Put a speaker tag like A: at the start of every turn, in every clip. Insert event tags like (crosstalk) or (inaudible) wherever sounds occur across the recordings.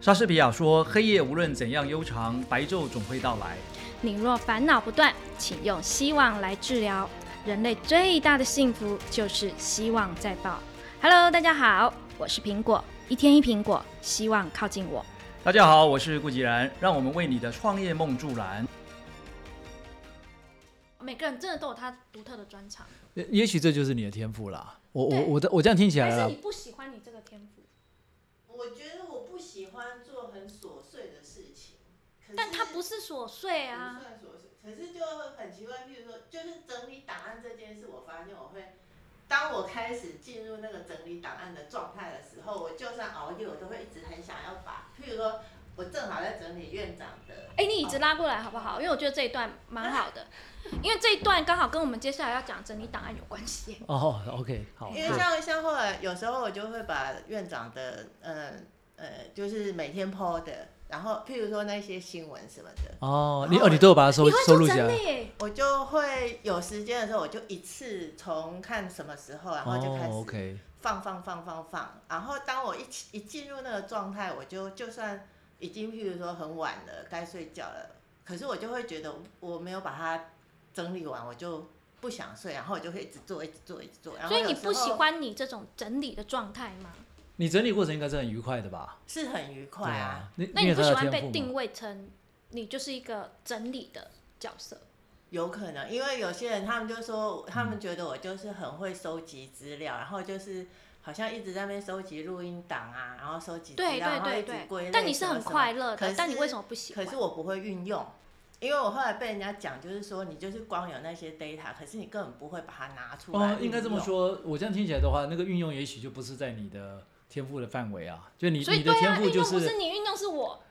A: 莎士比亚说：“黑夜无论怎样悠长，白昼总会到来。
B: 你若烦恼不断，请用希望来治疗。人类最大的幸福就是希望在爆。Hello，大家好，我是苹果，一天一苹果，希望靠近我。”
A: 大家好，我是顾吉然，让我们为你的创业梦助燃。
C: 每个人真的都有他独特的专长，
D: 也也许这就是你的天赋啦。我我
C: 对
D: 我的我这样听起
C: 还
D: 来
C: 是
D: 啦
C: 你，不喜欢你这个天赋？
E: 我觉得我不喜欢做很琐碎的事情，可是
C: 但它不是琐碎
E: 不
C: 啊，
E: 算琐碎，可是就很奇怪。譬如说，就是整理档案这件事，我发现我会，当我开始进入那个整理档案的状态的时候，我就算熬夜，我都会一直很想要把，譬如说，我正好在整理院长的，
C: 哎、你椅子拉过来好不好？因为我觉得这一段蛮好 (laughs) 的，因为这一段刚好跟我们接下来要讲整理档案有关系。
D: 哦，OK，好，
E: 因为
D: 对
E: 像像后来有时候我就会把院长的，呃呃，就是每天 PO 的，然后譬如说那些新闻什么的，
D: 哦，你哦你都有把它收
C: 你会
D: 收
C: 做
D: 录下
C: 整
D: 来，
C: 理？
E: 我就会有时间的时候，我就一次从看什么时候，然后就开
D: 哦
E: 始
D: ，OK，
E: 放放放放放。然后当我一起一进入那个状态，我就就算已经譬如说很晚了，该睡觉了，可是我就会觉得我没有把它整理完，我就不想睡，然后我就会一直做，一直做，一直做。然后
C: 所以你
E: 有时
C: 不喜
E: 候
C: 欢你这种整理的状态吗？
D: 你整理过程应该是很愉快的吧？
E: 是很愉
D: 对
E: 快啊，，
D: 你
C: 那
D: 因
C: 你
D: 为
C: 不
D: 它
C: 喜
D: 的
C: 欢
D: 天赋
C: 被
D: 嘛
C: 定位成你就是一个整理的角色？
E: 有可能，因为有些人他们就说，他
D: 嗯
E: 们觉得我就是很会收集资料，然后就是好像一直在那边收集录音档啊，然后收集资料，
C: 对对
E: 然后
C: 对
E: 一直归
C: 对
E: 类。
C: 但你是很快
E: 什么
C: 乐
E: 可
C: 的，
E: 是
C: 但你为什么不喜
E: 什
C: 欢？
E: 么可是我不会运用，因为我后来被人家讲，就是说你就是光有那些 data，可是你根本不会把它拿出来、
D: 哦，应该这么。说，我这样听起来的话，那个运用也许就不是在你的天赋的范围啊，就你
C: 所以
D: 你的
C: 对
D: 天
C: 啊，
D: 赋
C: 运
D: 就
C: 动不
D: 是
C: 是你，运动是我。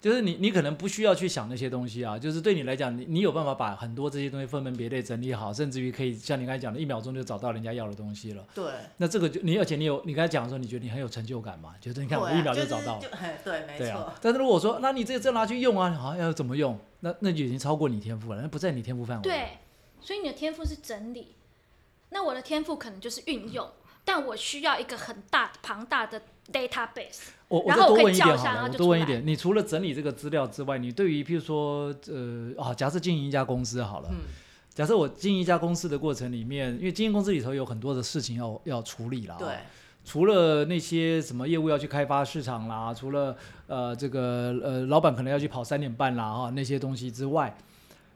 D: 就是你你可能不需要去想那些东西啊，就是对你来讲，你你有办法把很多这些东西分门别类整理好，甚至于可以像你刚才讲的，一秒钟就找到人家要的东西了。
E: 对，
D: 那这个就你，而且你有你刚才讲的时候，你觉得你很有成就感嘛？觉得你看
E: 对
D: 我
E: 啊
D: 一秒
E: 就
D: 找到了，
E: 是就嘿对，没
D: 对
E: 错。
D: 啊。但是如果说，那你这个再拿去用啊，好、啊、要怎么用？那那就已经超过你天赋了，那不在你天赋范围。，
C: 对，所以你的天赋是整理，那我的天赋可能就是运用，但我需要一个很大庞大的 database。
D: 我我
C: 然
D: 再
C: 后
D: 多
C: 我可以
D: 问一
C: 叫
D: 点
C: 一下
D: 好
C: 然
D: 了，
C: 后
D: 我
C: 就
D: 多
C: 出
D: 问一
C: 来
D: 点。你除了整理这个资料之外，你对于譬如说，呃，啊，假设经营一家公司好了，
E: 嗯，
D: 假设我经营一家公司的过程里面，因为经营公司里头有很多的事情要要处理啦、哦
E: 对，
D: 除了那些什么业务要去开发市场啦，除了呃这个呃老板可能要去跑三点半啦啊、那些东西之外，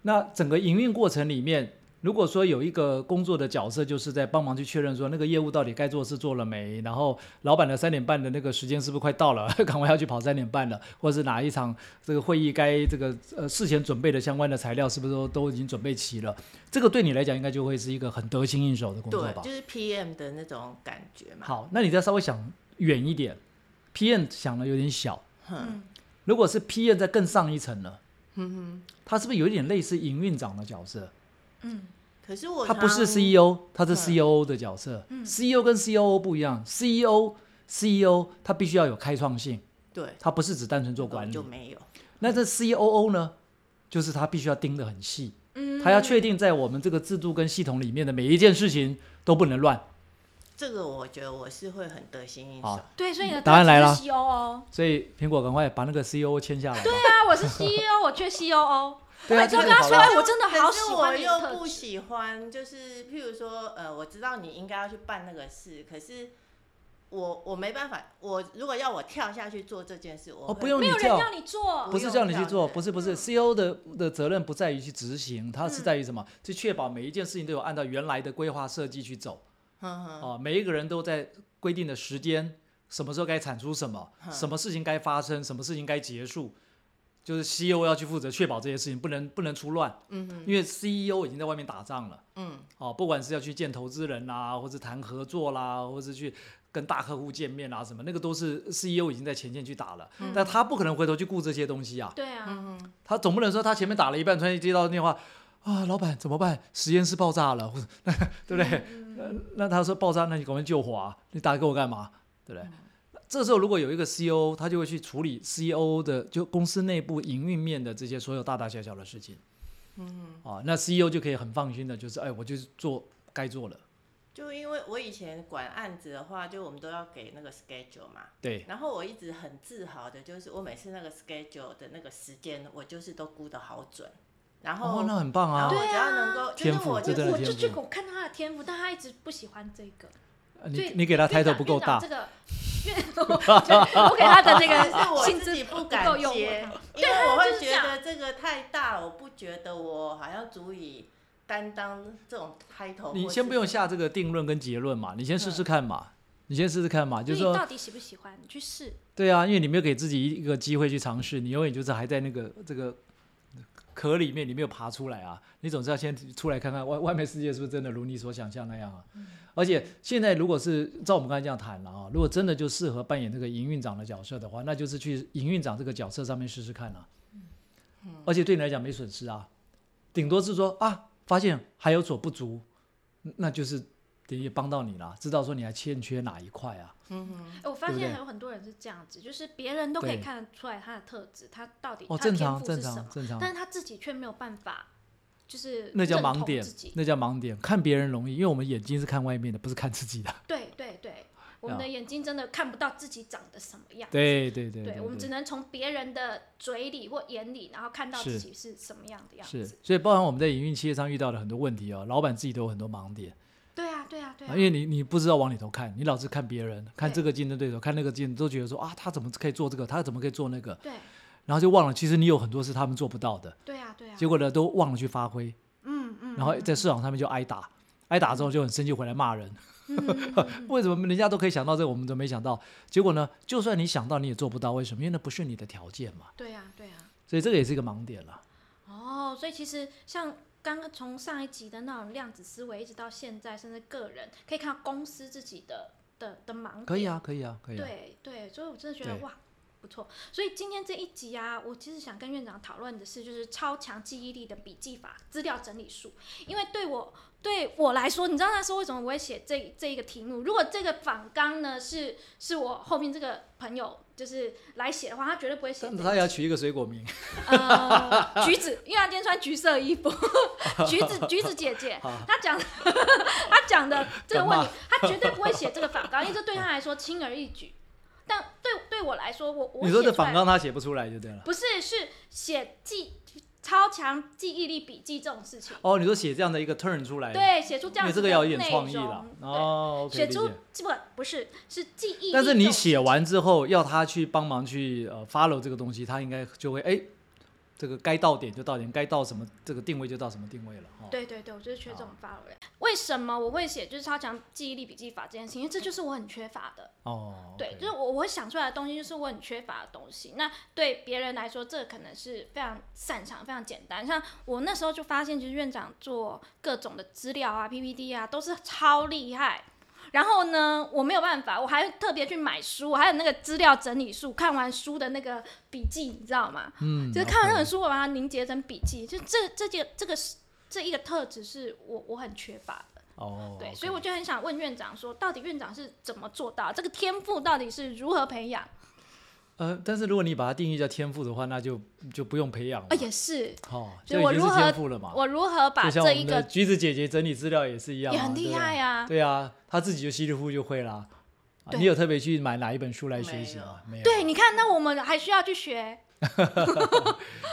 D: 那整个营运过程里面，如果说有一个工作的角色，就是在帮忙去确认说那个业务到底该做的事做了没，然后老板的三点半的那个时间是不是快到了， (laughs) 赶快要去跑三点半了，或者是哪一场这个会议该这个呃事前准备的相关的材料是不是都都已经准备齐了？这个对你来讲应该就会是一个很得心应手的工作吧？
E: 对，就是 PM 的那种感觉嘛。
D: 好，那你再稍微想远一点，PM 想的有点小。
E: 嗯，
D: 如果是 PM 再更上一层呢？他是不是有一点类似营运长的角色？
C: 嗯
E: 可是我
D: 他不是 E
E: 常
D: CEO，他是
E: 嗯
D: COO 的角色。CEO 跟 COO 不一样，CEO E CEO 他必须要有开创性，
E: 对，
D: 他不是只单纯做
E: 那个我
D: 管理
E: 就。没有。
D: 那这 COO 呢，就是他必须要盯得很细，
C: 嗯，
D: 他要确定在我们这个制度跟系统里面的每一件事情都不能乱。
E: 这个我觉得我是会很得心应手
D: 好。
C: 对，所以你的
D: 答案来了
C: C O O。
D: 所以苹果赶快把那个 COO 签下来吧。
C: 对啊，我是 C E O，我缺 C O O。
D: 对啊，
C: 我每次
D: 就
C: 都
D: 是
C: 跟他
D: 好
C: 说，
D: 了
C: 哎，我真的好
E: 哦可是
C: 喜
E: 我
C: 欢你
E: 又
C: 的特
E: 不
C: 质
E: 喜欢，就是譬如说，呃，我知道你应该要去办那个事，可是我我没办法，我如果要我跳下去做这件事，我
D: 哦，
E: 会
D: 不用
C: 没
D: (laughs) 你
C: 有人
D: 叫，
C: 要你做
D: 不，是叫你去做，
E: 不用叫
D: 不是不
C: 嗯
D: 是，CEO 的的责任不在于去执行，它是在于什么？去确保每一件事情都有按照原来的规划设计去走
E: 哼嗯
C: 嗯
E: 哼，
D: 啊，每一个人都在规定的时间，什么时候该产出什么，
E: 嗯
D: 什么事情该发生，什么事情该结束。就是 CEO 要去负责确保这些事情不能不能出乱，
E: 嗯哼，
D: 因为 CEO 已经在外面打仗了。
E: 嗯，
D: 哦，不管是要去见投资人啦，或者谈合作啦，或者去跟大客户见面啦，什么那个都是 CEO 已经在前线去打了，但他不可能回头去顾这些东西啊。
C: 对啊，
E: 嗯
D: 他总不能说他前面打了一半，突然接到电话啊，老板怎么办？实验室爆炸了，或者对不对？呃
C: 嗯
D: 那他说爆炸，那你赶快救火啊！你打给我干嘛？对不对？
C: 嗯
D: 这时候如果有一个 CEO，他就会去处理 CEO 的就公司内部营运面的这些所有大大小小的 E 事情。嗯，啊，那 CEO 就可以很放心的，就是哎，我就是做该做了，
E: 就因为我以前管案子的话，就我们都要给那个 schedule 嘛，
D: 对，
E: 然后我一直很自豪的就是，我每次那个 schedule 的那个时间，我就是都估得好准，然后、
D: 哦，那很棒
E: 然
D: 啊
E: 后，我
C: 对
E: 只
C: 啊
E: 要能够，就
D: 天
E: 是
D: 赋
E: 我
D: 这
E: 就
D: 真的
C: 我
D: 天
C: 就
D: 赋
C: 去我看到他的天赋，但他一直不喜欢这个。
D: 呃你
C: 对啊
D: 你给他
C: 院长
D: title 不够大
C: 院长这，个，院我我给他的这
E: 但 (laughs) 是
C: 个
E: 我
C: 薪
E: 自
C: 资
E: 己不
C: 不够
E: 敢
C: 用
E: 接
C: 我，
E: 因为我
C: 就
E: 会
C: 是这
E: 觉
C: 样
E: 得这个太大，我不觉得我好像足以担当这种开头。
D: 你先不用下这个定论跟结论嘛，你先试
C: 嗯
D: 试看嘛，你先试试看嘛，啊就是
C: 你
D: 说
C: 到底喜不喜欢？你去试。
D: 对啊，因为你没有给自己一个机会去尝试，你永远就是还在那个这个壳里面，你没有爬出来啊，你总是要先出来看看外外面世界是不是真的如你所想象那样啊。而且现在如果是照我们刚才这样谈了啊，如果真的就适合扮演这个营运长的角色的话，那就是去营运长这个角色上面试试看啊。而且对你来讲没损失啊，顶多是说啊，发现还有所不足，那就是等于也帮到你啦，知道说你还欠缺哪一块啊。
C: 哎我发
D: 对不对
C: 现还有很多人是这样子，就是别人都可以
D: 对
C: 看得出来他的特质，他到底
D: 哦，
C: 他的
D: 正
C: 天
D: 常
C: 赋
D: 正
C: 是什
D: 常
C: 么，
D: 正常。
C: 但是他自己却没有办法，就是
D: 那叫
C: 认
D: 盲
C: 同
D: 点
C: 自己，
D: 那叫盲点。看别人容易，因为我们眼睛是看外面的，不是看自己的。 (laughs)
C: 对对对，我们
D: 啊
C: 的眼睛真的看不到自己长得什么样。
D: 对对对
C: 对，我们只能从别人的嘴里或眼里，然后看到自己是什么样的样
D: 是
C: 子。，
D: 所以包含我们在营运企业上遇到的很多问题哦，老板自己都有很多盲点，
C: 对啊，对啊，对啊
D: 因。为你你不知道往里头看，你老是看别人，看
C: 对
D: 这个竞争对手，看那个竞争，都觉得说啊，他怎么可以做这个，他怎么可以做那个，
C: 对
D: 然后就忘了其实你有很多是他们做不到的，
C: 对啊，对啊。
D: 结果呢都忘了去发挥，
C: 嗯嗯，
D: 然后在市场上面就挨打，挨打之后就很生气回来骂人，
C: 嗯
D: (laughs) 为什么人家都可以想到这个，我们都没想到？结果呢，就算你想到你也做不到，为什么？因为那不是你的条件嘛。
C: 对啊，对啊。
D: 所以这个也是一个盲点了。
C: 哦，所以其实像刚刚从上一集的那种量子思维，一直到现在，甚至个人，可以看到公司自己的的的盲点。
D: 可以啊，可以啊，可以、啊。
C: 对对，所以我真的觉得
D: 对
C: 哇，不错。所以今天这一集啊，我其实想跟院长讨论的是，就是超强记忆力的笔记法、资料整理术。因为对我对我来说，你知道那时候为什么我会写这这一个题目？如果这个反纲呢是是我后面这个朋友就是来写的话，他绝对不会写
D: 但
C: 这
D: 他
C: 个。
D: 也要取一个水果名，
C: 呃，橘子，因为他今天穿橘色
D: (laughs)
C: 衣服，橘子橘子姐姐，他讲 (laughs) 他讲的这个问题，他绝对不会写这个反纲，因为这对他来说轻而易举。但对对我来说，我我
D: 你说
C: 写
D: 这
C: 出
D: 反
C: 来
D: 纲他写不出来就对了。
C: 不是是写记超强记忆力笔记这种事情，
D: 哦，你说写这样的一个 turn 出来，，
C: 对，写出
D: 哎因
C: 这样
D: 为
C: 子
D: 这
C: 的
D: 个
C: 内
D: 要
C: 容，
D: 有点创意了。哦
C: 对，
D: 可以
C: 写
D: 理
C: 出
D: 解。
C: 这不不是是记忆力这种事情，
D: 但是你写完之后，要他去帮忙去呃 follow 这个东西，他应该就会哎，这个该到点就到点，该到什么这个定位就到什么定位了。哦，
C: 对对对，我就是缺这种
D: 好
C: follow 人。为什么我会写就是超强记忆力笔记法这件事情？因为这就是我很缺乏的。
D: 哦，
C: 对，
D: OK
C: 就是我我会想出来的东西，就是我很缺乏的东西。那对别人来说，这可能是非常擅长、非常简单。像我那时候就发现，其实院长做各种的资料啊、PPT 啊，都是超厉害。然后呢，我没有办法，我还特别去买书，我还有那个资料整理术，看完书的那个笔记，你知道吗？
D: 嗯，
C: 就是看完那
D: OK
C: 本书，我把它凝结成笔记。就这这件这个是这一个特质是我我很缺乏的。
D: 哦，
C: 对，
D: OK
C: 所以我就很想问院长说，到底院长是怎么做到这个天赋？到底是如何培养？
D: 呃，但是如果你把它定义叫天赋的话，那就就不用培养了
C: 啊，。也是，
D: 哦，
C: 所
D: 就
C: 以我
D: 已经
C: 如
D: 是
C: 何
D: 天赋了嘛。
C: 我如何把
D: 就像
C: 这
D: 我
C: 一
D: 们的
C: 个
D: 橘子姐姐整理资料也是一样、啊，
C: 也很厉害
D: 呀、
C: 啊？
D: 对啊，她自己就稀里糊涂就会啦、啊
C: 对
D: 你有特别去买哪一本书来学习吗？没有。
C: 对，你看，那我们还需要去学，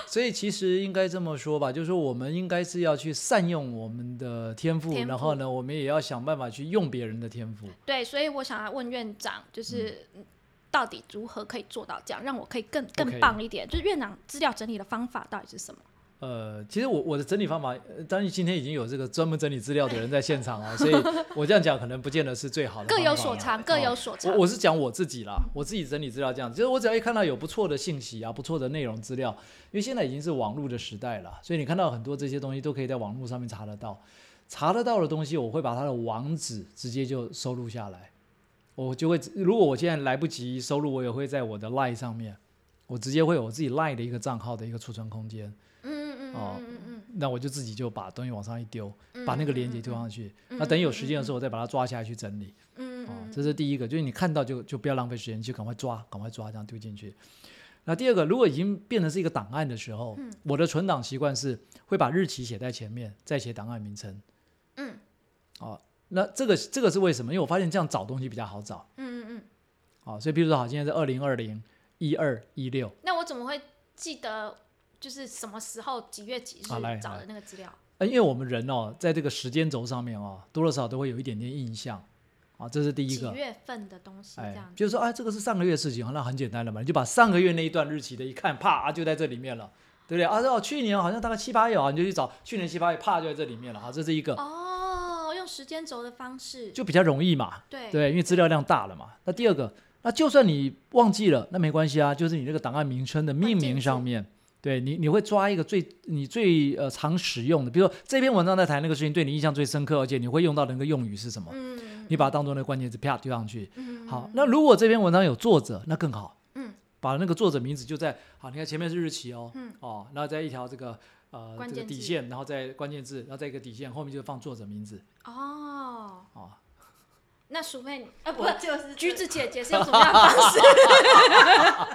D: 所以其实应该这么说吧，就是说我们应该是要去善用我们的天赋，
C: 天赋
D: 然后呢，我们也要想办法去用别人的天赋。
C: 对，所以我想要问院长，就是嗯到底如何可以做到这样，让我可以更更
D: OK
C: 棒一点？就是院长资料整理的方法到底是什么？
D: 呃，其实我我的整理方法，呃当然今天已经有这个专门整理资料的人在现场
C: (laughs)
D: 啊，所以我这样讲可能不见得是最好的方
C: 各
D: 法啊。
C: 有所长，各有所长
D: 我。我是讲我自己啦，我自己整理资料这样，就是我只要一看到有不错的信息啊，不错的内容资料，因为现在已经是网络的时代了，所以你看到很多这些东西都可以在网络上面查得到，查得到的东西，我会把它的网址直接就收录下来，我就会，如果我现在来不及收录，我也会在我的 Line 上面，我直接会有我自己 Line 的一个账号的一个储存空间，
C: 嗯嗯嗯
D: 哦
C: 嗯嗯嗯
D: 那我就自己就把东西往上一丢，
C: 嗯，
D: 把那个
C: 嗯
D: 链接丢上去，那等有时间的时候，我再把它抓下来去整理。
C: 嗯嗯
D: 哦，
C: 嗯
D: 这是第一个，就是你看到就就不要浪费时间，就赶快抓，赶快抓，这样丢进去。那第二个，如果已经变成是一个档案的时候，
C: 嗯
D: 我的存档习惯是会把日期写在前面，再写档案名称。
C: 嗯，
D: 哦，那这个这个是为什么？因为我发现这样找东西比较好找
C: 嗯嗯嗯。
D: 啊、所以比如说好，现在是二零二零一二一六
C: 那我怎么会记得就是什么时候几月几日
D: 啊来
C: 找
D: 来
C: 的那个资料？
D: 啊，因为我们人哦，在这个时间轴上面哦，多多少少都会有一点点印象啊，这是第一
C: 几
D: 个。
C: 月份的东西这
D: 哎
C: 样，子？
D: 比如说啊，这个是上个月的事情，啊那很简单了嘛，你就把上个月那一段日期的一看，啪、啊就在这里面了，对不对？啊，哦，去年好像大概七八月啊，你就去找去年七八月，啪就在这里面了，啊，这是一个，
C: 哦，用时间轴的方式，
D: 就比较容易嘛，
C: 对，
D: 对，因为资料量大了嘛。那第二个，那就算你忘记了，那没关系啊，就是你那个档案名称的命名上面，对你你会抓一个最你最呃常使用的，比如说这篇文章在谈那个事情，对你印象最深刻，而且你会用到的那个用语是什么？
C: 嗯，
D: 你把它当做那个关键字啪丢上去。
C: 嗯
D: 好，那如果这篇文章有作者，那更好。
C: 嗯，
D: 把那个作者名字就在好，你看前面是日期哦，
C: 嗯，
D: 哦，然后再一条这个呃
C: 关
D: 这个
C: 键
D: 底
C: 字
D: 线，然后再关键字，然后再一个底线，后面就放作者名字
C: 哦，
D: 啊。哦
C: 那淑妹，啊，不
E: 我
C: 是
E: 就是
C: 橘子姐姐是用什么样的
D: (laughs)
C: 方式？
D: 啊，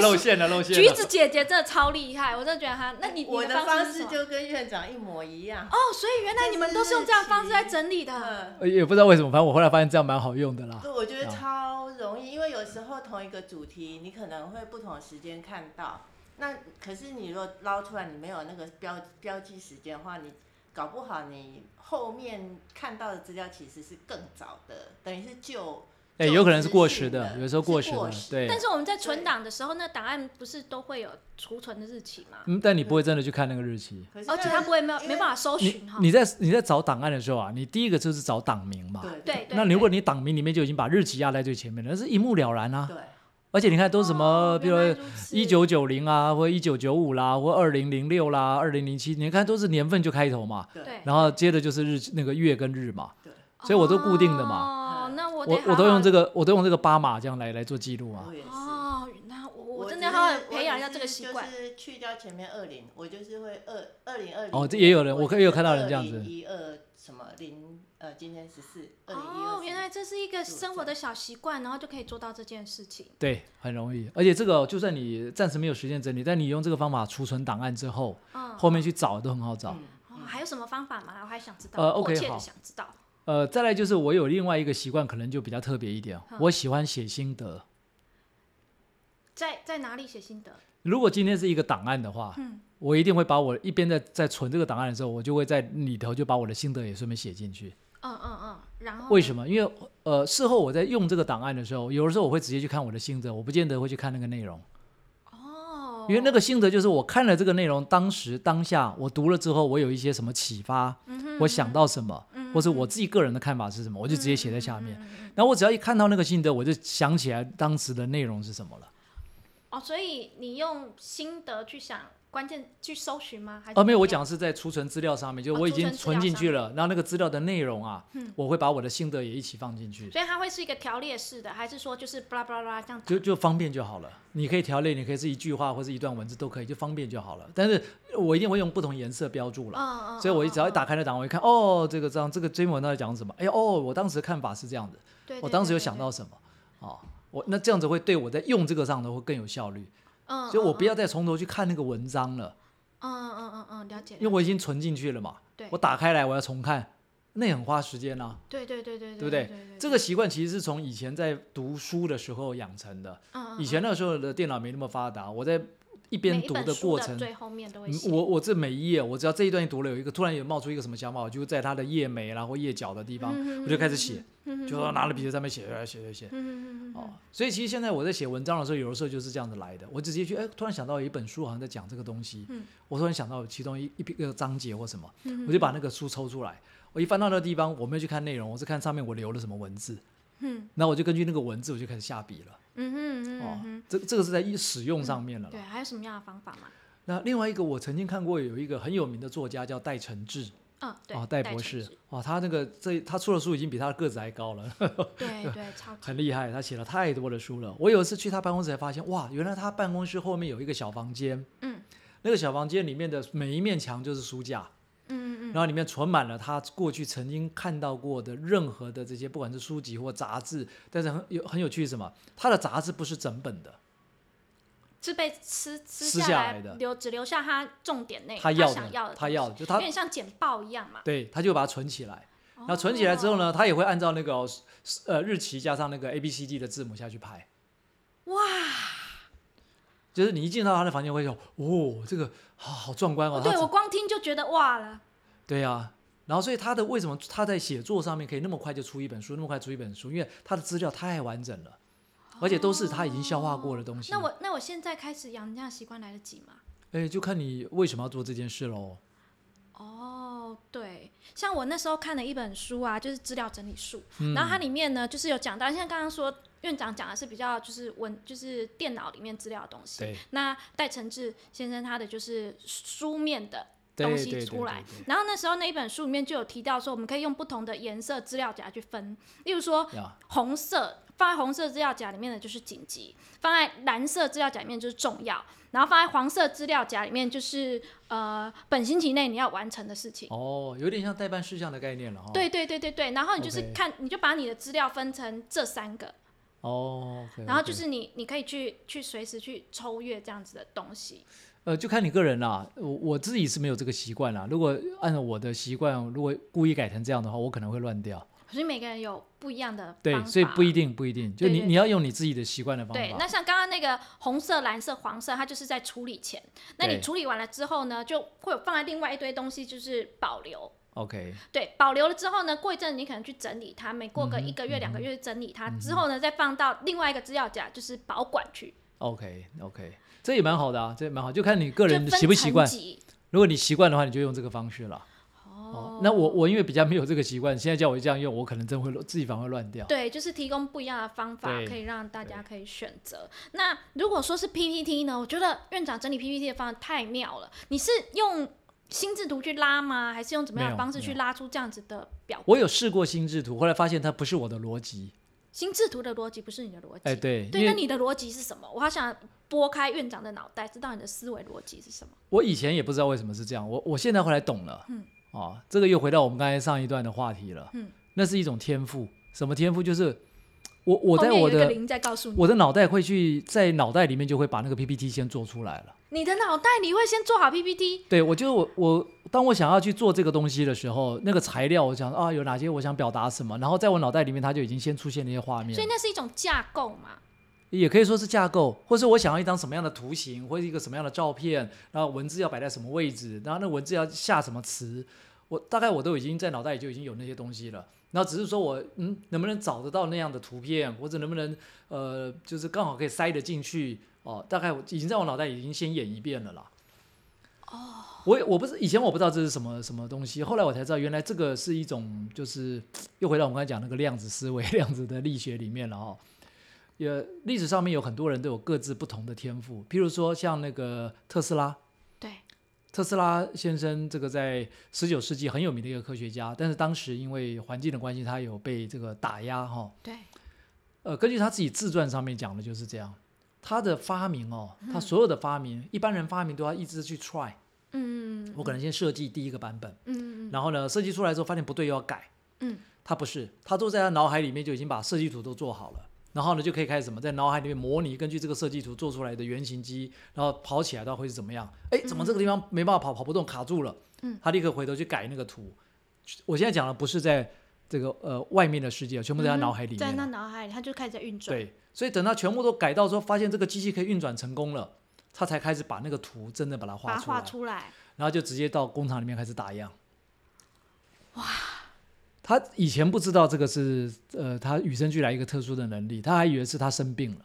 D: 露馅了，露馅了。
C: 哎橘子姐姐真的超厉害，我真的觉得她，那你
E: 我
C: 你
E: 的
C: 方
E: 方
C: 是
E: 式
C: 什么
E: 就跟院长一模一样。
C: 哦，所以原来你们都是用这样的方式在整理的，
E: 嗯，
D: 呃也不知道为什么，反正我后来发现这样蛮好用的啦。
E: 对，我觉得
D: 啊
E: 超容易，因为有时候同一个主题，你可能会不同的时间看到。那可是你如果捞出来，你没有那个标标记时间的话，你搞不好你后面看到的资料其实是更早的，等于是旧。
D: 哎、
E: 旧
D: 有可能是
E: 资
D: 过
E: 讯
D: 时的，
E: 了
D: 有时候
E: 是
D: 过时
E: 过
D: 的，
E: 时
D: 对。
C: 但是我们在存档的时候，那档案不是都会有储存的日期吗？
D: 嗯，但你不会真的去看那个日期。
E: 可是
C: 而且它不会没有
E: 因为
C: 没办法搜
D: 你
C: 寻哈，
D: 你在你在找档案的时候啊，你第一个就是找档名嘛。
E: 对
C: 对对，
D: 那如
C: 对
D: 果你档名里面就已经把日期压在最前面了，那是一目了然啊。
E: 对，
D: 而且你看都是什么，
C: 哦
D: 比如
C: 原来如此
D: 一九九零啊，或一九九五啦，或二零零六啦，二零零七，你看都是年份就开头嘛，
E: 对
C: 对，
D: 然后接着就是日那个月跟日嘛。
E: 对，
D: 所以我都固定的嘛。
C: 哦，那我
D: 我
C: 得
D: 我都用这
C: 个。
D: 个，我都用这个八码这样来来做记录啊
E: 我。也是。
C: 哦，那我我真
E: 只
C: 的要
E: 是
C: 培养一
E: 我
C: 下
E: 只
C: 这个
E: 是
C: 习惯
E: 就。是去掉前面二零，我就是会二二零二零。
D: 哦这也有人我也有看到人这样子
E: 一二什么零呃，今天十四二零一
C: 哦，原来这是一个
E: 就
C: 生活
E: 这
C: 的小习惯，然后就可以做到这件事情。
D: 对，很容易。而且这个哦就算你暂时没有时间整理，但你用这个方法储存档案之后，
C: 嗯，
D: 后面去找都很好找。
E: 嗯
C: 哦还有什么方法吗？我还想知
D: 呃
C: 道，迫
D: ，OK，
C: 切的
D: 好
C: 想知道。
D: 呃，再来就是我有另外一个习惯，可能就比较特别一点，
C: 嗯
D: 我喜欢写心得。
C: 在在哪里写心得？
D: 如果今天是一个档案的话，
C: 嗯
D: 我一定会把我一边在在存这个档案的时候，我就会在里头就把我的心得也顺便写进去。
C: 嗯嗯嗯，然后
D: 为
C: 呢
D: 什么？因为呃，事后我在用这个档案的时候，有的时候我会直接去看我的心得，我不见得会去看那个内容，
C: 哦，
D: 因为那个心得就是我看了这个内容，当时当下我读了之后，我有一些什么启发，
C: 嗯
D: 我想到什么，
C: 哼，
D: 或是
C: 嗯
D: 我自己个人的看法是什么，我就直接写在下面。
C: 嗯嗯嗯嗯
D: 然后我只要一看到那个心得，我就想起来当时的内容是什么了。
C: 哦，所以你用心得去想关键去搜寻吗？还是
D: 哦，没有，我
C: 怎么样
D: 讲的是在储存资料上面，就
C: 哦
D: 我已
C: 储存
D: 经存进去
C: 资
D: 了，然后那个资料的内容啊
C: 嗯，
D: 我会把我的心得也一起放进去，
C: 所以它会是一个条列式的，还是说就是巴拉巴拉巴拉这样？
D: 就就方便就好了。你可以条列，你可以是一句话或是一段文字都可以，就方便就好了。但是我一定会用不同颜色标注了。
C: 嗯嗯，
D: 所以我
C: 嗯
D: 只要一，打
C: 嗯
D: 开那档，我一看，哦，这个章这个这篇文章在讲什么？哎哦，我当时的看法是这样的。
C: 嗯对，
D: 我
C: 对
D: 当时
C: 对
D: 有
C: 对
D: 想
C: 对
D: 到什么？哦，我那这样子会对我在用这个上头会更有效率，
C: 嗯，
D: 所以我不
C: 要，
D: 要再从头去看那个文章了，
C: 嗯嗯嗯嗯，了解，
D: 因为我已经存进去了嘛。
C: 对
D: 我打开来我要重看，那也很花时间啊。
C: 对对对
D: 对
C: 对
D: 不对
C: 对对
D: 这个习惯其实是从以前在读书的时候养成的。
C: 嗯嗯
D: 以前那个时候的电脑没那么发达，我在一
C: 每
D: 边
C: 一
D: 读
C: 本
D: 的
C: 书
D: 过
C: 的
D: 程，
C: 最后面都会
D: 嗯
C: 写，
D: 我我这每一页，我只要这一段读了有一个突然有冒出一个什么想法，我就在它的页眉啦或页角的地
C: 嗯
D: 方，我就开始写，就拿了笔在上面写写写写写。
C: 嗯嗯嗯
D: 哦，所以其实现在我在写文章的时候，有的时候就是这样子来的。我直接去，哎，突然想到有一本书好像在讲这个东西，
C: 嗯
D: 我突然想到其中一一篇一个章节或什么，
C: 嗯
D: 我就把那个书抽出来。我一翻到那个地方，我没有去看内容，我是看上面我留了什么文字，
C: 嗯
D: 然后我就根据那个文字我就开始下笔了。
C: 嗯嗯
D: 哦，
C: 嗯
D: 这这个是在一使用上面了
C: 嗯，对，
D: 啦。
C: 还有什么样的方法吗？
D: 那另外一个我曾经看过有一个很有名的作家叫戴承志，
C: 嗯，对，
D: 哦，戴
C: 成
D: 博士
C: 纸，，
D: 哇，他那个这他出的书已经比他的个子还高了。 (laughs)
C: 对对，超级，
D: 很厉害，他写了太多的书了。我有一次去他办公室才发现，哇，原来他办公室后面有一个小房间，
C: 嗯，
D: 那个小房间里面的每一面墙就是书架，
C: 嗯嗯
D: 然后里面存满了他过去曾经看到过的任何的这些，不管是书籍或杂志。但是很有很有趣是什么？他的杂志不是整本的，
C: 嗯，是被吃吃
D: 撕
C: 下
D: 下
C: 来
D: 来的
C: 留只留下他重点内
D: 他要
C: 想要
D: 的，
C: 的
D: 他
C: 东
D: 要
C: 西
D: 的，就
C: 有
D: 他
C: 点像简报一样嘛，
D: 对，他就把它存起来。
C: 然
D: 那存起来之后？呢，它也会按照那个哦呃日期加上那个 A B C D 的字母下去排。
C: 哇，
D: 就是你一进到他的房间会说，哦，这个好好壮观哦，它
C: 对我光听就觉得哇了，
D: 对呀、然后所以他的为什么他在写作上面可以那么快就出一本书，那么快出一本书，因为他的资料太完整了，而且都是他已经消化过的东西。
C: 哦那我那我现在开始养成这样习惯来得及吗？
D: 哎，就看你为什么要做这件事喽。
C: 哦，对，像我那时候看了一本书啊，就是资料整理术，
D: 嗯
C: 然后它里面呢，就是有讲到，像刚刚说院长讲的是比较就是文，就是电脑里面资料的东西。
D: 对
C: 那戴承志先生他的就是书面的
D: 对
C: 东
D: 对对
C: 西出来
D: 对对。
C: 然后那时候那一本书里面就有提到说，我们可以用不同的颜色资料夹去分，例如说
D: 呀
C: 红色放在红色资料夹里面的就是紧急，放在蓝色资料夹里面就是重要，然后放在黄色资料夹里面就是呃本星期内你要完成的事情。
D: 哦，有点像代办事项的概念了哈、哦。
C: 对对对对对，然后你就是
D: OK
C: 看你就把你的资料分成这三个，
D: 哦，OK，OK，
C: 然后就是你你可以去去随时去抽阅这样子的东西。
D: 呃，就看你个人啦。我我自己是没有这个习惯啦。如果按照我的习惯，如果故意改成这样的话，我可能会乱掉。
C: 可是每个人有不一样的
D: 对
C: 方，法
D: 所以不一定，不一定，就
C: 对
D: 你
C: 对
D: 你要用你自己的习惯的方法。
C: 对，那像刚刚那个红色、蓝色、黄色，它就是在处理前。那
D: 对
C: 你处理完了之后呢，就会有放在另外一堆东西，就是保留。
D: OK，
C: 对，保留了之后呢，过一阵你可能去整理它，每过个
D: 嗯哼
C: 一个月、
D: 嗯哼
C: 两个月去整理它，之后呢再放到另外一个资料夹，就是保管去，
D: OK OK，这也蛮好的啊，这也蛮好，就看你个
C: 就
D: 人
C: 分
D: 习不习惯
C: 层。级
D: 如果你习惯的话，你就用这个方式了。
C: 哦
D: 那我我因为比较没有这个习惯，现在叫我这样用，我可能真会乱自己反而会乱掉。
C: 对，就是提供不一样的方法，
D: 对
C: 可以让大家可以选择。那如果说是 PPT 呢？我觉得院长整理 PPT 的方法太妙了。你是用心智图去拉吗？还是用怎么样的
D: 没有
C: 方式
D: 没
C: 去
D: 有
C: 拉出这样子的表格？
D: 我有试过心智图，后来发现它不是我的逻辑。
C: 心智图的逻辑不是你的逻辑。
D: 哎，对，
C: 对，
D: 因
C: 那
D: 为
C: 你的逻辑是什么？我好想拨开院长的脑袋，知道你的思维逻辑是什么。
D: 我以前也不知道为什么是这样，我我现在后来懂了。嗯，哦，这个又回到我们刚才上一段的话题了。
C: 嗯，
D: 那是一种天赋，什么天赋？就是我我
C: 后
D: 在
C: 面有
D: 我
C: 一个
D: 的
C: 零在告诉你，
D: 我的脑袋会去在脑袋里面就会把那个 PPT 先做出来了。
C: 你的脑袋你会先做好 PPT，
D: 对，我觉得我我当我想要去做这个东西的时候，那个材料我想啊有哪些我想表达什么，然后在我脑袋里面它就已经先出现那些画面
C: 所以，那是一种架构嘛。
D: 也可以说是架构，或是我想要一张什么样的图形，或是一个什么样的照片，然后文字要摆在什么位置，然后那文字要下什么词，我大概我都已经在脑袋里就已经有那些东西了。然后只是说我嗯能不能找得到那样的图片，或者能不能呃就是刚好可以塞得进去哦，大概我已经在我脑袋已经先演一遍了啦。我也我不是以前我不知道这是什么什么东西，后来我才知道原来这个是一种就是又回到我们刚才讲那个量子思维、 (laughs) 量子的力学里面了哦。也历史上面有很多人都有各自不同的天赋，譬如说像那个特斯拉，
C: 对，
D: 特斯拉先生这个在十九世纪很有名的一个科学家，但是当时因为环境的关系，他有被这个打压哈、
C: 对，
D: 呃，根据他自己自传上面讲的就是这样，他的发明哦，他所有的发明，一般人发明都要一直去 try，
C: 嗯
D: 我可能先设计第一个版本。
C: 嗯，
D: 然后呢，设计出来之后发现不对又要改，
C: 嗯，
D: 他不是，他都在他脑海里面就已经把设计图都做好了，然后呢就可以开始什么，在脑海里面模拟根据这个设计图做出来的原型机，然后跑起来到会是怎么样？哎，怎么这个地方没办法跑，跑不动，卡住了，
C: 嗯，
D: 他立刻回头去改那个图。我现在讲的不是在这个呃外面的世界，全部在他脑海里
C: 嗯在
D: 面
C: 那
D: 了，
C: 脑海里，他就开始在运转。
D: 对，所以等他全部都改到之后，发现这个机器可以运转成功了，他才开始把那个图真的把它
C: 把
D: 画
C: 它
D: 出来
C: 画。出来，
D: 然后就直接到工厂里面开始打样。哇！他以前不知道这个是呃，他与生俱来一个特殊的能力，他还以为是他生病了，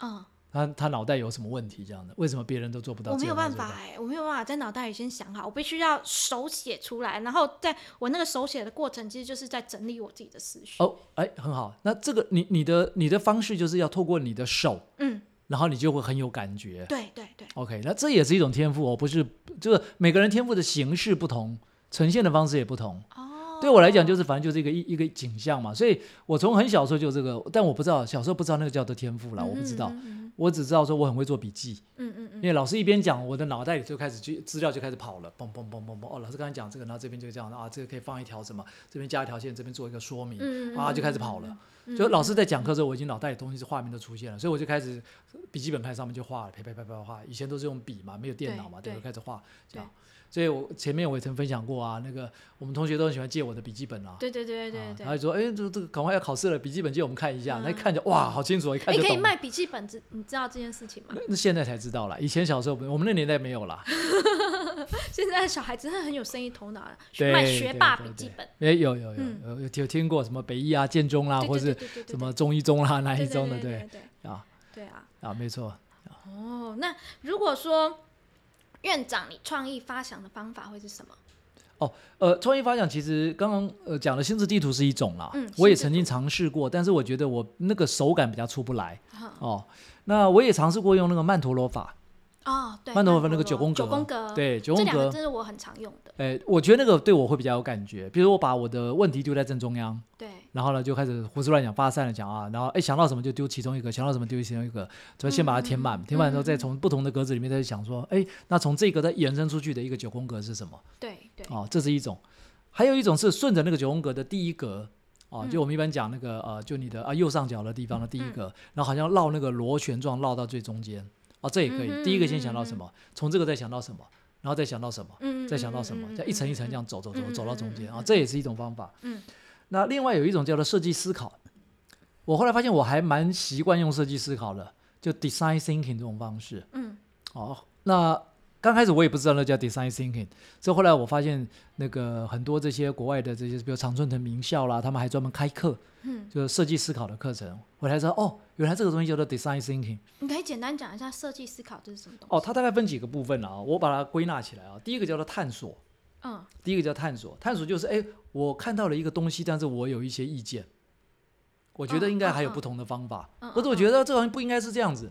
C: 嗯，
D: 他他脑袋有什么问题这样的，为什么别人都做不到？
C: 我没
D: 只
C: 有
D: 他
C: 办
D: 做
C: 法
D: 到
C: 哎、我没有办法在脑袋里先想好，我必须要手写出来，然后在我那个手写的过程，其实就是在整理我自己的思绪。
D: 哦，哎，很好。那这个你你的你的方式就是要透过你的手，
C: 嗯，
D: 然后你就会很有感觉。
C: 对对对，
D: OK，那这也是一种天赋哦，不是就是每个人天赋的形式不同，呈现的方式也不同。
C: 哦，
D: 对我来讲，就是反正就是一个一一个景象嘛，所以我从很小时候就这个，但我不知道小时候不知道那个叫做天赋啊啦，我不知道，
C: 嗯
D: 我只知道说我很会做笔记，
C: 嗯嗯嗯
D: 因为老师一边讲，我的脑袋里就开始去资料就开始跑了，嘣嘣嘣嘣嘣，哦，老师刚才讲这个，然后这边就这样啊，这个可以放一条什么，这边加一条线，这边做一个说明，
C: 嗯嗯
D: 啊，就开始跑了。
C: 嗯
D: 就老师在讲课的时候，我已经脑袋里东西是画面都出现了，所以我就开始笔记本开始上面就画了，啪啪啪啪画。以前都是用笔嘛，没有电脑嘛，
C: 对
D: 对，
C: 对
D: 就开始画这样。所以我前面我也曾分享过啊，那个我们同学都很喜欢借我的笔记本啊。
C: 对对对对
D: 啊
C: 对
D: 然后就说，哎，这这个赶快要考试了，笔记本借我们看一下。
C: 嗯
D: 那一看就哇，好清楚，一看
C: 哎，
D: 就
C: 可以
D: 懂了。
C: 卖笔记本子，你知道这件事情吗？
D: 那现在才知道了，以前小时候不我们那年代没有啦。
C: 现在的小孩真的很有生意头脑了，
D: 对，
C: 卖学霸
D: 对
C: 笔记本，，
D: 对对哎，有有有
C: 嗯
D: 有有有听过什么北艺啊、建中啦，
C: 对
D: 或
C: 对
D: 是
C: 对对对对
D: 什么中一中啦、南
C: 对
D: 一
C: 对
D: 中的，
C: 对
D: 对
C: 对对
D: 啊
C: 对啊。
D: 啊，没错。
C: 哦，那如果说院长你创意发想的方法会是什么？
D: 呃，创意发想其实刚刚呃讲的心智地图是一种啦，
C: 嗯
D: 我也
C: 心智
D: 曾经尝试过，但是我觉得我那个手感比较出不来
C: 啊哈
D: 哦。那我也尝试过用那个曼陀罗法，
C: 哦，对，
D: 曼陀
C: 陀
D: 佛那个
C: 罗
D: 九宫
C: 九
D: 格
C: 宫格，
D: 对九
C: 啊
D: 宫
C: 这两个
D: 格
C: 真，是我很常用的。
D: 哎，我觉得那个对我会比较有感觉。比如我把我的问题丢在正中央，
C: 对，
D: 然后呢就开始胡思乱想、发散的讲啊，然后哎想到什么就丢其中一个，想到什么丢其中一个，怎么先把它填
C: 嗯
D: 满，填满之后再从不同的格子里面再去想说，哎，那从这个再延伸出去的一个九宫格是什么？
C: 对，对，
D: 哦，这是一种，还有一种是顺着那个九宫格的第一格。哦，
C: 嗯
D: 就我们一般讲那个呃，就你的啊右上角的地方的第一格，然后好像绕那个螺旋状绕到最中间，哦，这也可以。
C: 嗯哼
D: 第一个先想到什么，从这个再想到什么，然后再想到什么，
C: 嗯，
D: 再想到什么，
C: 嗯
D: 这样一层一层这，
C: 嗯嗯嗯
D: 样走走走
C: 嗯
D: 走到中间啊、
C: 嗯嗯嗯
D: 这也是一种方法。
C: 嗯，
D: 那另外有一种叫做设计思考，我后来发现我还蛮习惯用设计思考的，就 design thinking 这种方式。
C: 嗯，
D: 哦，那刚开始我也不知道那叫 design thinking，所以后来我发现那个很多这些国外的这些，比如常春藤名校啦，他们还专门开课，
C: 嗯，
D: 就是设计思考的课程。我才知道哦，原来这个东西叫做 design thinking。
C: 你可以简单讲一下设计思考这是什么东西？
D: 哦，它大概分几个部分啊，我把它归纳起来啊。第一个叫做探索，
C: 嗯，
D: 第一个叫探索，探索就是哎，我看到了一个东西，但是我有一些意见，我觉得
C: 嗯
D: 应该还有
C: 嗯嗯
D: 不同的方法，
C: 嗯
D: 或者
C: 嗯
D: 我觉得这好像不应该是这样子，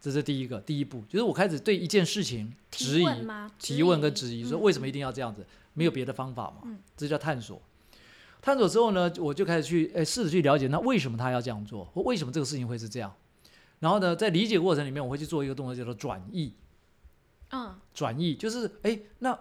D: 这是第一个第一步，就是我开始对一件事情质
C: 提
D: 疑、
C: 问吗？
D: 提问跟质疑，说
C: 嗯
D: 为什么一定要这样子？没有别的方法嘛
C: 嗯？
D: 这叫探索。探索之后呢，我就开始去诶试着去了解，那为什么他要这样做，或为什么这个事情会是这样？然后呢，在理解过程里面，我会去做一个动作叫做转译。
C: 嗯，
D: 转移，就是哎，那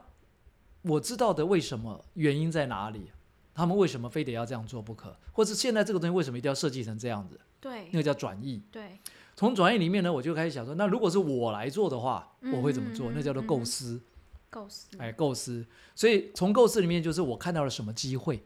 D: 我知道的为什么原因在哪里？他们为什么非得要这样做不可？或是现在这个东西为什么一定要设计成这样子？
C: 对
D: 那，个叫转移。
C: 对，
D: 从转移里面呢，我就开始想说，那如果是我来做的话，
C: 嗯
D: 我会怎么做？
C: 嗯嗯
D: 那叫做构思，
C: 构思，
D: 哎，构思。所以从构思里面，就是我看到了什么机会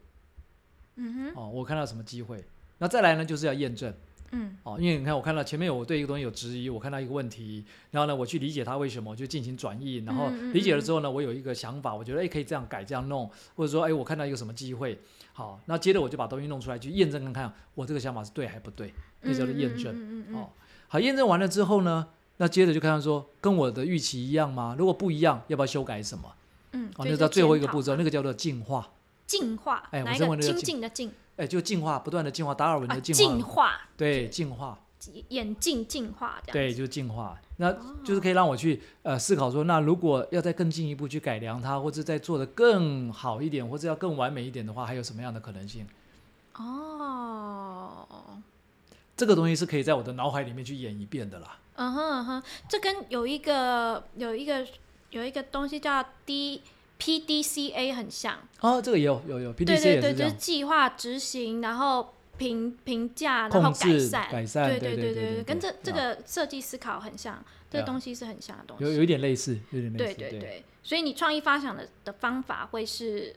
C: 嗯哼，
D: 哦，我看到什么机会。那再来呢，就是要验证
C: 嗯，
D: 哦，因为你看，我看到前面有我对一个东西有质疑，我看到一个问题，然后呢，我去理解它为什么，我就进行转译，然后
C: 嗯嗯
D: 理解了
C: 嗯
D: 之后呢，我有一个想法，我觉得哎可以这样改这样弄，或者说哎我看到一个什么机会，好，那接着我就把东西弄出来去验证看看我这个想法是对还不对，那叫做验证、
C: 嗯嗯嗯嗯嗯
D: 哦。好，验证完了之后呢，那接着就看看说跟我的预期一样吗？如果不一样，要不要修改什么？
C: 嗯，
D: 哦，
C: 就
D: 那
C: 是
D: 到最后一个
C: 检讨
D: 步骤，那个叫做进化，
C: 净化，
D: 哎我
C: 哪一
D: 是问那个
C: 清
D: 净
C: 净的净
D: 哎，就进化，不断的进化，达尔文
C: 啊，
D: 的进化，
C: 净化，
D: 对，进化。
C: 眼镜净化这样，哦
D: 对，，就进化，那就是可以让我去呃思考说，那如果要再更进一步去改良它，或者再做得更好一点，或者要更完美一点的话，还有什么样的可能性？
C: 哦，
D: 这个东西是可以在我的脑海里面去演一遍的啦。
C: 嗯哼嗯哼，这跟有一个有一个有一个东西叫 D P D C A 很像，
D: 哦，这个也有有有
C: 对
D: ，PDC
C: 对
D: 也
C: 对，
D: 是这
C: 就是
D: 样，
C: 计划、执行，然后评评价，然
D: 控
C: 后改
D: 制
C: 善，
D: 改善，
C: 对
D: 对
C: 对
D: 对对，
C: 跟这这
D: 对啊
C: 个设计思考很像，这
D: 对啊
C: 个东西是很像的东
D: 有
C: 西，
D: 有一点类似，有点类
C: 对
D: 似，
C: 对对，所以你创意发想的的方法会是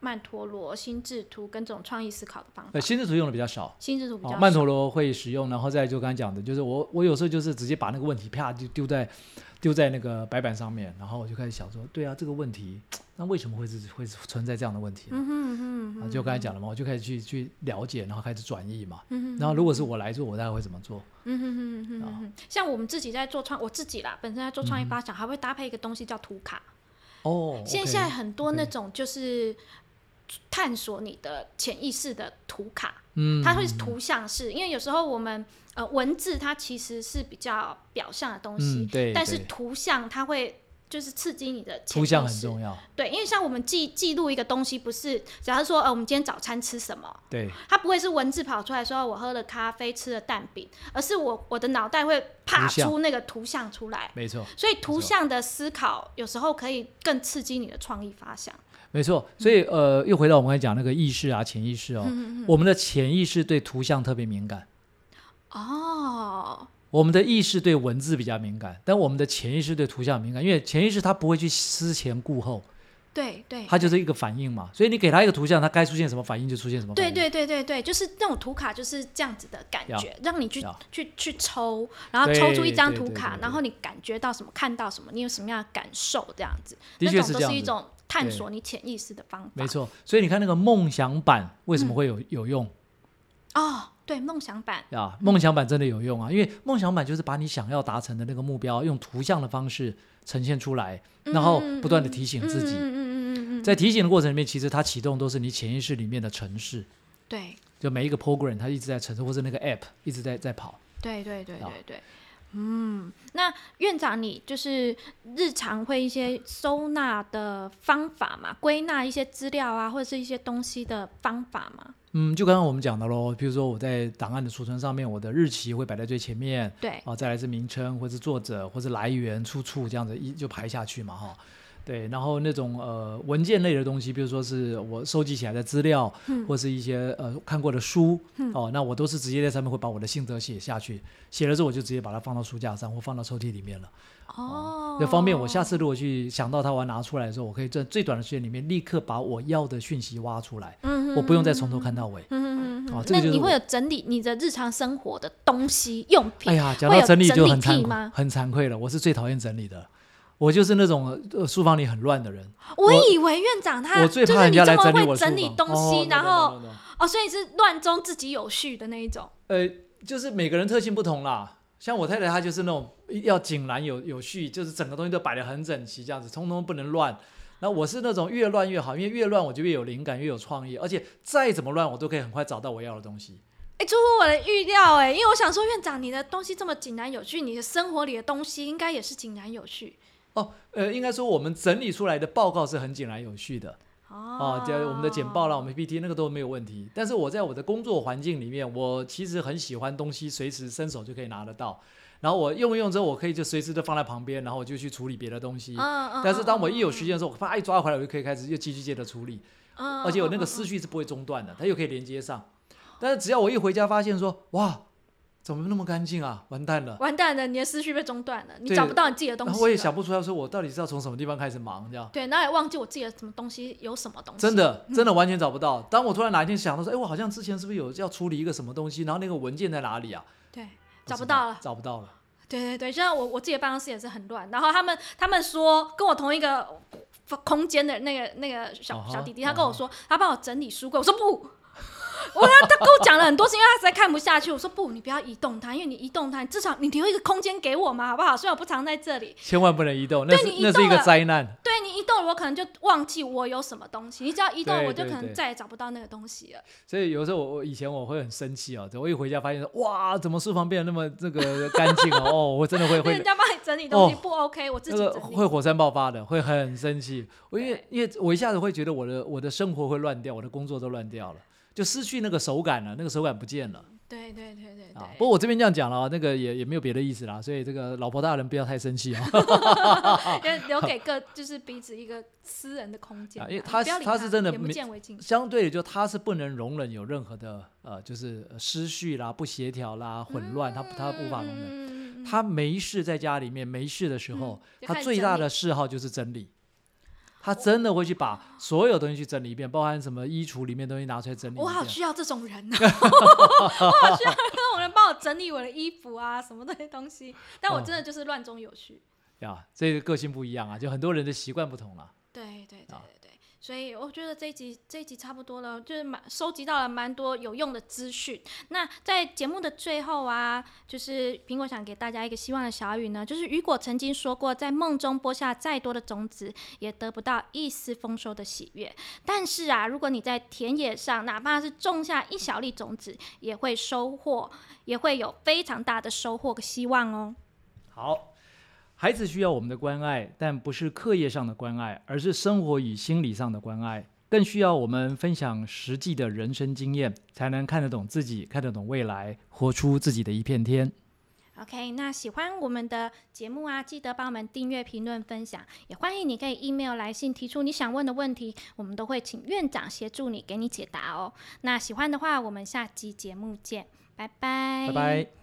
C: 曼陀罗、心智图跟这种创意思考的方法
D: 呃，，心智图用的比较少。
C: 心智图比
D: 哦
C: 较，
D: 曼陀罗会使用，然后再就刚才讲的，就是我我有时候就是直接把那个问题啪就丢在丢在那个白板上面，然后我就开始想说，对啊，这个问题，那为什么会是会是存在这样的问题呢？
C: 嗯哼嗯哼嗯
D: 啊，
C: 哼，
D: 就刚才讲了嘛，我就开始去去了解，然后开始转译嘛。
C: 嗯哼嗯哼
D: 然后如果是我来做，我大概会怎么做？
C: 嗯哼哼哼哼
D: 哦
C: 哼，像我们自己在做创，我自己啦，本身在做创意发想，还会搭配一个东西叫图卡。
D: 嗯哦，
C: 现在现在很多
D: OK
C: 那种就是探索你的潜意识的图卡，
D: 嗯，
C: 它会是图像式，因为有时候我们呃文字它其实是比较表象的东
D: 嗯，
C: 西，
D: 对，
C: 但是
D: 对
C: 图像它会。就是刺激你的潜
D: 图
C: 意识，
D: 像很重要，
C: 对，因为像我们记记录一个东西，不是假如说呃我们今天早餐吃什么，
D: 对，
C: 它不会是文字跑出来说我喝了咖啡吃了蛋饼，而是我我的脑袋会爬
D: 图像
C: 出那个图像出来，
D: 没错。
C: 所以图像的思考有时候可以更刺激你的创意发想。
D: 没错，所以呃，又回到我们刚才讲那个意识啊、潜意识哦，
C: 嗯嗯嗯
D: 我们的潜意识对图像特别敏感，
C: 哦，
D: 我们的意识对文字比较敏感，但我们的潜意识对图像敏感，因为潜意识它不会去思前顾后，
C: 对对，
D: 它就是一个反应嘛，所以你给它一个图像，它该出现什么反应就出现什么反
C: 对
D: 应。
C: 对对对对，就是那种图卡就是这样子的感
D: 呀
C: 觉，让你去
D: 呀
C: 去去抽，然后抽出一
D: 对
C: 张
D: 对
C: 图
D: 对
C: 卡
D: 对，对
C: 然后你感觉到什么，看到什么，你有什么样的感受，这样子，
D: 的
C: 那
D: 确
C: 种
D: 是
C: 都
D: 这样
C: 是一
D: 子
C: 种探
D: 对
C: 索你潜意识的方法。
D: 没，错，所以你看那个梦想版为什么会有、有用
C: 哦，对，梦想版，
D: 啊？梦想版真的有用啊，因为梦想版就是把你想要达成的那个目标，用图像的方式呈现出来，然后不断的提醒自己。
C: 嗯嗯嗯嗯嗯，
D: 在提醒的过程里面，其实它启动都是你潜意识里面的程式，
C: 对
D: 就每一个 program 它一直在程式，或是那个 app 一直在在跑。
C: 对对对
D: 呀
C: 对对。嗯，那院长，你就是日常会一些收纳的方法嘛，归纳一些资料啊，或者是一些东西的方法嘛？
D: 嗯，就刚刚我们讲的喽，比如说我在档案的储存上面，我的日期会摆在最前面，
C: 对，
D: 啊，再来是名称，或是作者，或是来源、出处这样子一就排下去嘛，哈。对，然后那种呃文件类的东西，比如说是我收集起来的资料，
C: 嗯
D: 或是一些呃看过的书，哦，那我都是直接在上面会把我的心得写下去，写了之后我就直接把它放到书架上或放到抽屉里面了，
C: 哦，
D: 这方便我下次如果去想到它，我要拿出来的时候，我可以在最短的时间里面立刻把我要的讯息挖出来，
C: 嗯，嗯
D: 我不用再从头看到尾。
C: 嗯嗯嗯嗯
D: 哦
C: 嗯，
D: 这
C: 那
D: 个就是
C: 你
D: 我
C: 会有整理你的日常生活的东西用
D: 哎
C: 品？
D: 呀，讲
C: 会
D: 到
C: 有
D: 整理就
C: 整理
D: 很惭
C: 癖
D: 愧
C: 吗
D: 很惭愧了，我是最讨厌整理的，我就是那种呃书房里很乱的人。
C: 我
D: 我
C: 以为院长他
D: 我
C: 就
D: 最
C: 是
D: 怕人
C: 你
D: 家来
C: 这么
D: 整理
C: 会
D: 我的书
C: 整理
D: 房
C: 东
D: 哦
C: 西，
D: no, no,
C: 然后
D: no, no, no
C: 哦，所以是乱中自己有序的那一种。
D: 呃，就是每个人特性不同啦。像我太太她就是那种要井然有有序，就是整个东西都摆得很整齐，这样子，通通不能乱。那我是那种越乱越好，因为越乱我就越有灵感，越有创意，而且再怎么乱我都可以很快找到我要的东西。
C: 哎，出乎我的预料哎，因为我想说院长你的东西这么井然有序，你的生活里的东西应该也是井然有序
D: 哦，呃，应该说我们整理出来的报告是很井然有序的。
C: 哦
D: 哦，这我们的简报啦，我们 PPT 那个都没有问题。但是我在我的工作环境里面，我其实很喜欢东西随时伸手就可以拿得到，然后我用一用之后，我可以就随时的放在旁边，然后我就去处理别的东西。
C: 嗯嗯，
D: 但是当我一有
C: 嗯
D: 时间的时候，我啪一抓回来，我就可以开始又继续接着处理，
C: 嗯，
D: 而且我那个
C: 嗯
D: 思绪是不会中断的，它又可以连接上。但是只要我一回家发现说，哇，怎么那么干净啊，完蛋了。
C: 完蛋了，你的思绪被中断了，你
D: 对
C: 找不到你自己的东
D: 然
C: 西了，
D: 后我也想不出来，说我到底是要从什么地方开始忙，这样。
C: 对，然后也忘记我自己的什么东西有什么东西，
D: 真的，真的完全找不到。当我突然哪一天想到说，哎，我好像之前是不是有要处理一个什么东西，然后那个文件在哪里啊？
C: 对，
D: 不
C: 找
D: 知
C: 不
D: 道
C: 到了。
D: 找不到了。
C: 对对对，像我我自己的办公室也是很乱，然后他们他们说跟我同一个空间的那个那个小
D: 啊哈
C: 小弟弟，他跟我说、他帮我整理书柜，我说不。我他他跟我讲了很多次，因为他实在看不下去。我说不，你不要移动它，因为你移动它，你至少你留一个空间给我嘛，好不好？虽然我不常在这里，
D: 千万不能移动，那
C: 对
D: 是
C: 你移
D: 那
C: 动
D: 是一个
C: 了
D: 灾难。
C: 对你移动了，我可能就忘记我有什么东西。你只要移动，
D: 对
C: 我就可
D: 对
C: 能
D: 对
C: 再也找不到那个东西了。
D: 所以有时候我我以前我会很生气哦，我一回家发现说，哇，怎么书房变得那么这个干净
C: (laughs)
D: 哦？哦，我真的会
C: 因为人
D: 会
C: 家帮你整理东西
D: 哦
C: 不 OK，我自
D: 那
C: 己
D: 个
C: 整理。
D: 会火山爆发的，会很生气。我因为因为我一下子会觉得我的我的生活会乱掉，我的工作都乱掉了，就失去那个手感了，那个手感不见了。
C: 对对对对
D: 啊
C: 对，。
D: 不过我这边这样讲了啊，那个也也没有别的意思啦，所以这个老婆大人不要太生气啊，
C: 要留给各 (laughs) 就是彼此一个私人的空间啊，
D: 啊因为
C: 你
D: 他
C: 不要
D: 是
C: 理
D: 他是真的
C: 眼不
D: 没
C: 见为净。
D: 相对的，就他是不能容忍有任何的呃，就是呃失序啦、不协调啦、混乱，他他无法容
C: 嗯
D: 忍。
C: 忍
D: 他没事在家里面没事的时候，
C: 嗯就
D: 他
C: 开始
D: 最
C: 整
D: 大
C: 理
D: 的嗜好就是整理。他真的会去把所有东西去整理一遍，包含什么衣橱里面东西拿出来整理一
C: 嗯我好
D: 遍。
C: 需要这种人
D: (laughs)
C: 啊！ (laughs) 我好需要这种人帮我整理我的衣服啊，什么那些东西。但我
D: 哦
C: 真的就是乱中有序。
D: 呀，这个个性不一样啊，就很多人的习惯不同了。
C: 对对对
D: 啊
C: 对对，所以我觉得这一集这一集差不多了，就是蛮收集到了蛮多有用的资讯。那在节目的最后啊，就是苹果想给大家一个希望的小语呢，就是雨果曾经说过，在梦中播下再多的种子，也得不到一丝丰收的喜悦。但是啊，如果你在田野上，哪怕是种下一小粒种子，也会收获，也会有非常大的收获和希望哦。
D: 好，孩子需要我们的关爱，但不是课业上的关爱，而是生活与心理上的关爱，更需要我们分享实际的人生经验，才能看得懂自己，看得懂未来，活出自己的一片天。
C: OK，那喜欢我们的节目啊，记得帮我们订阅、评论、分享，也欢迎你可以 email 来信提出你想问的问题，我们都会请院长协助你，给你解答哦。那喜欢的话，我们下期节目见，拜拜，
D: 拜拜。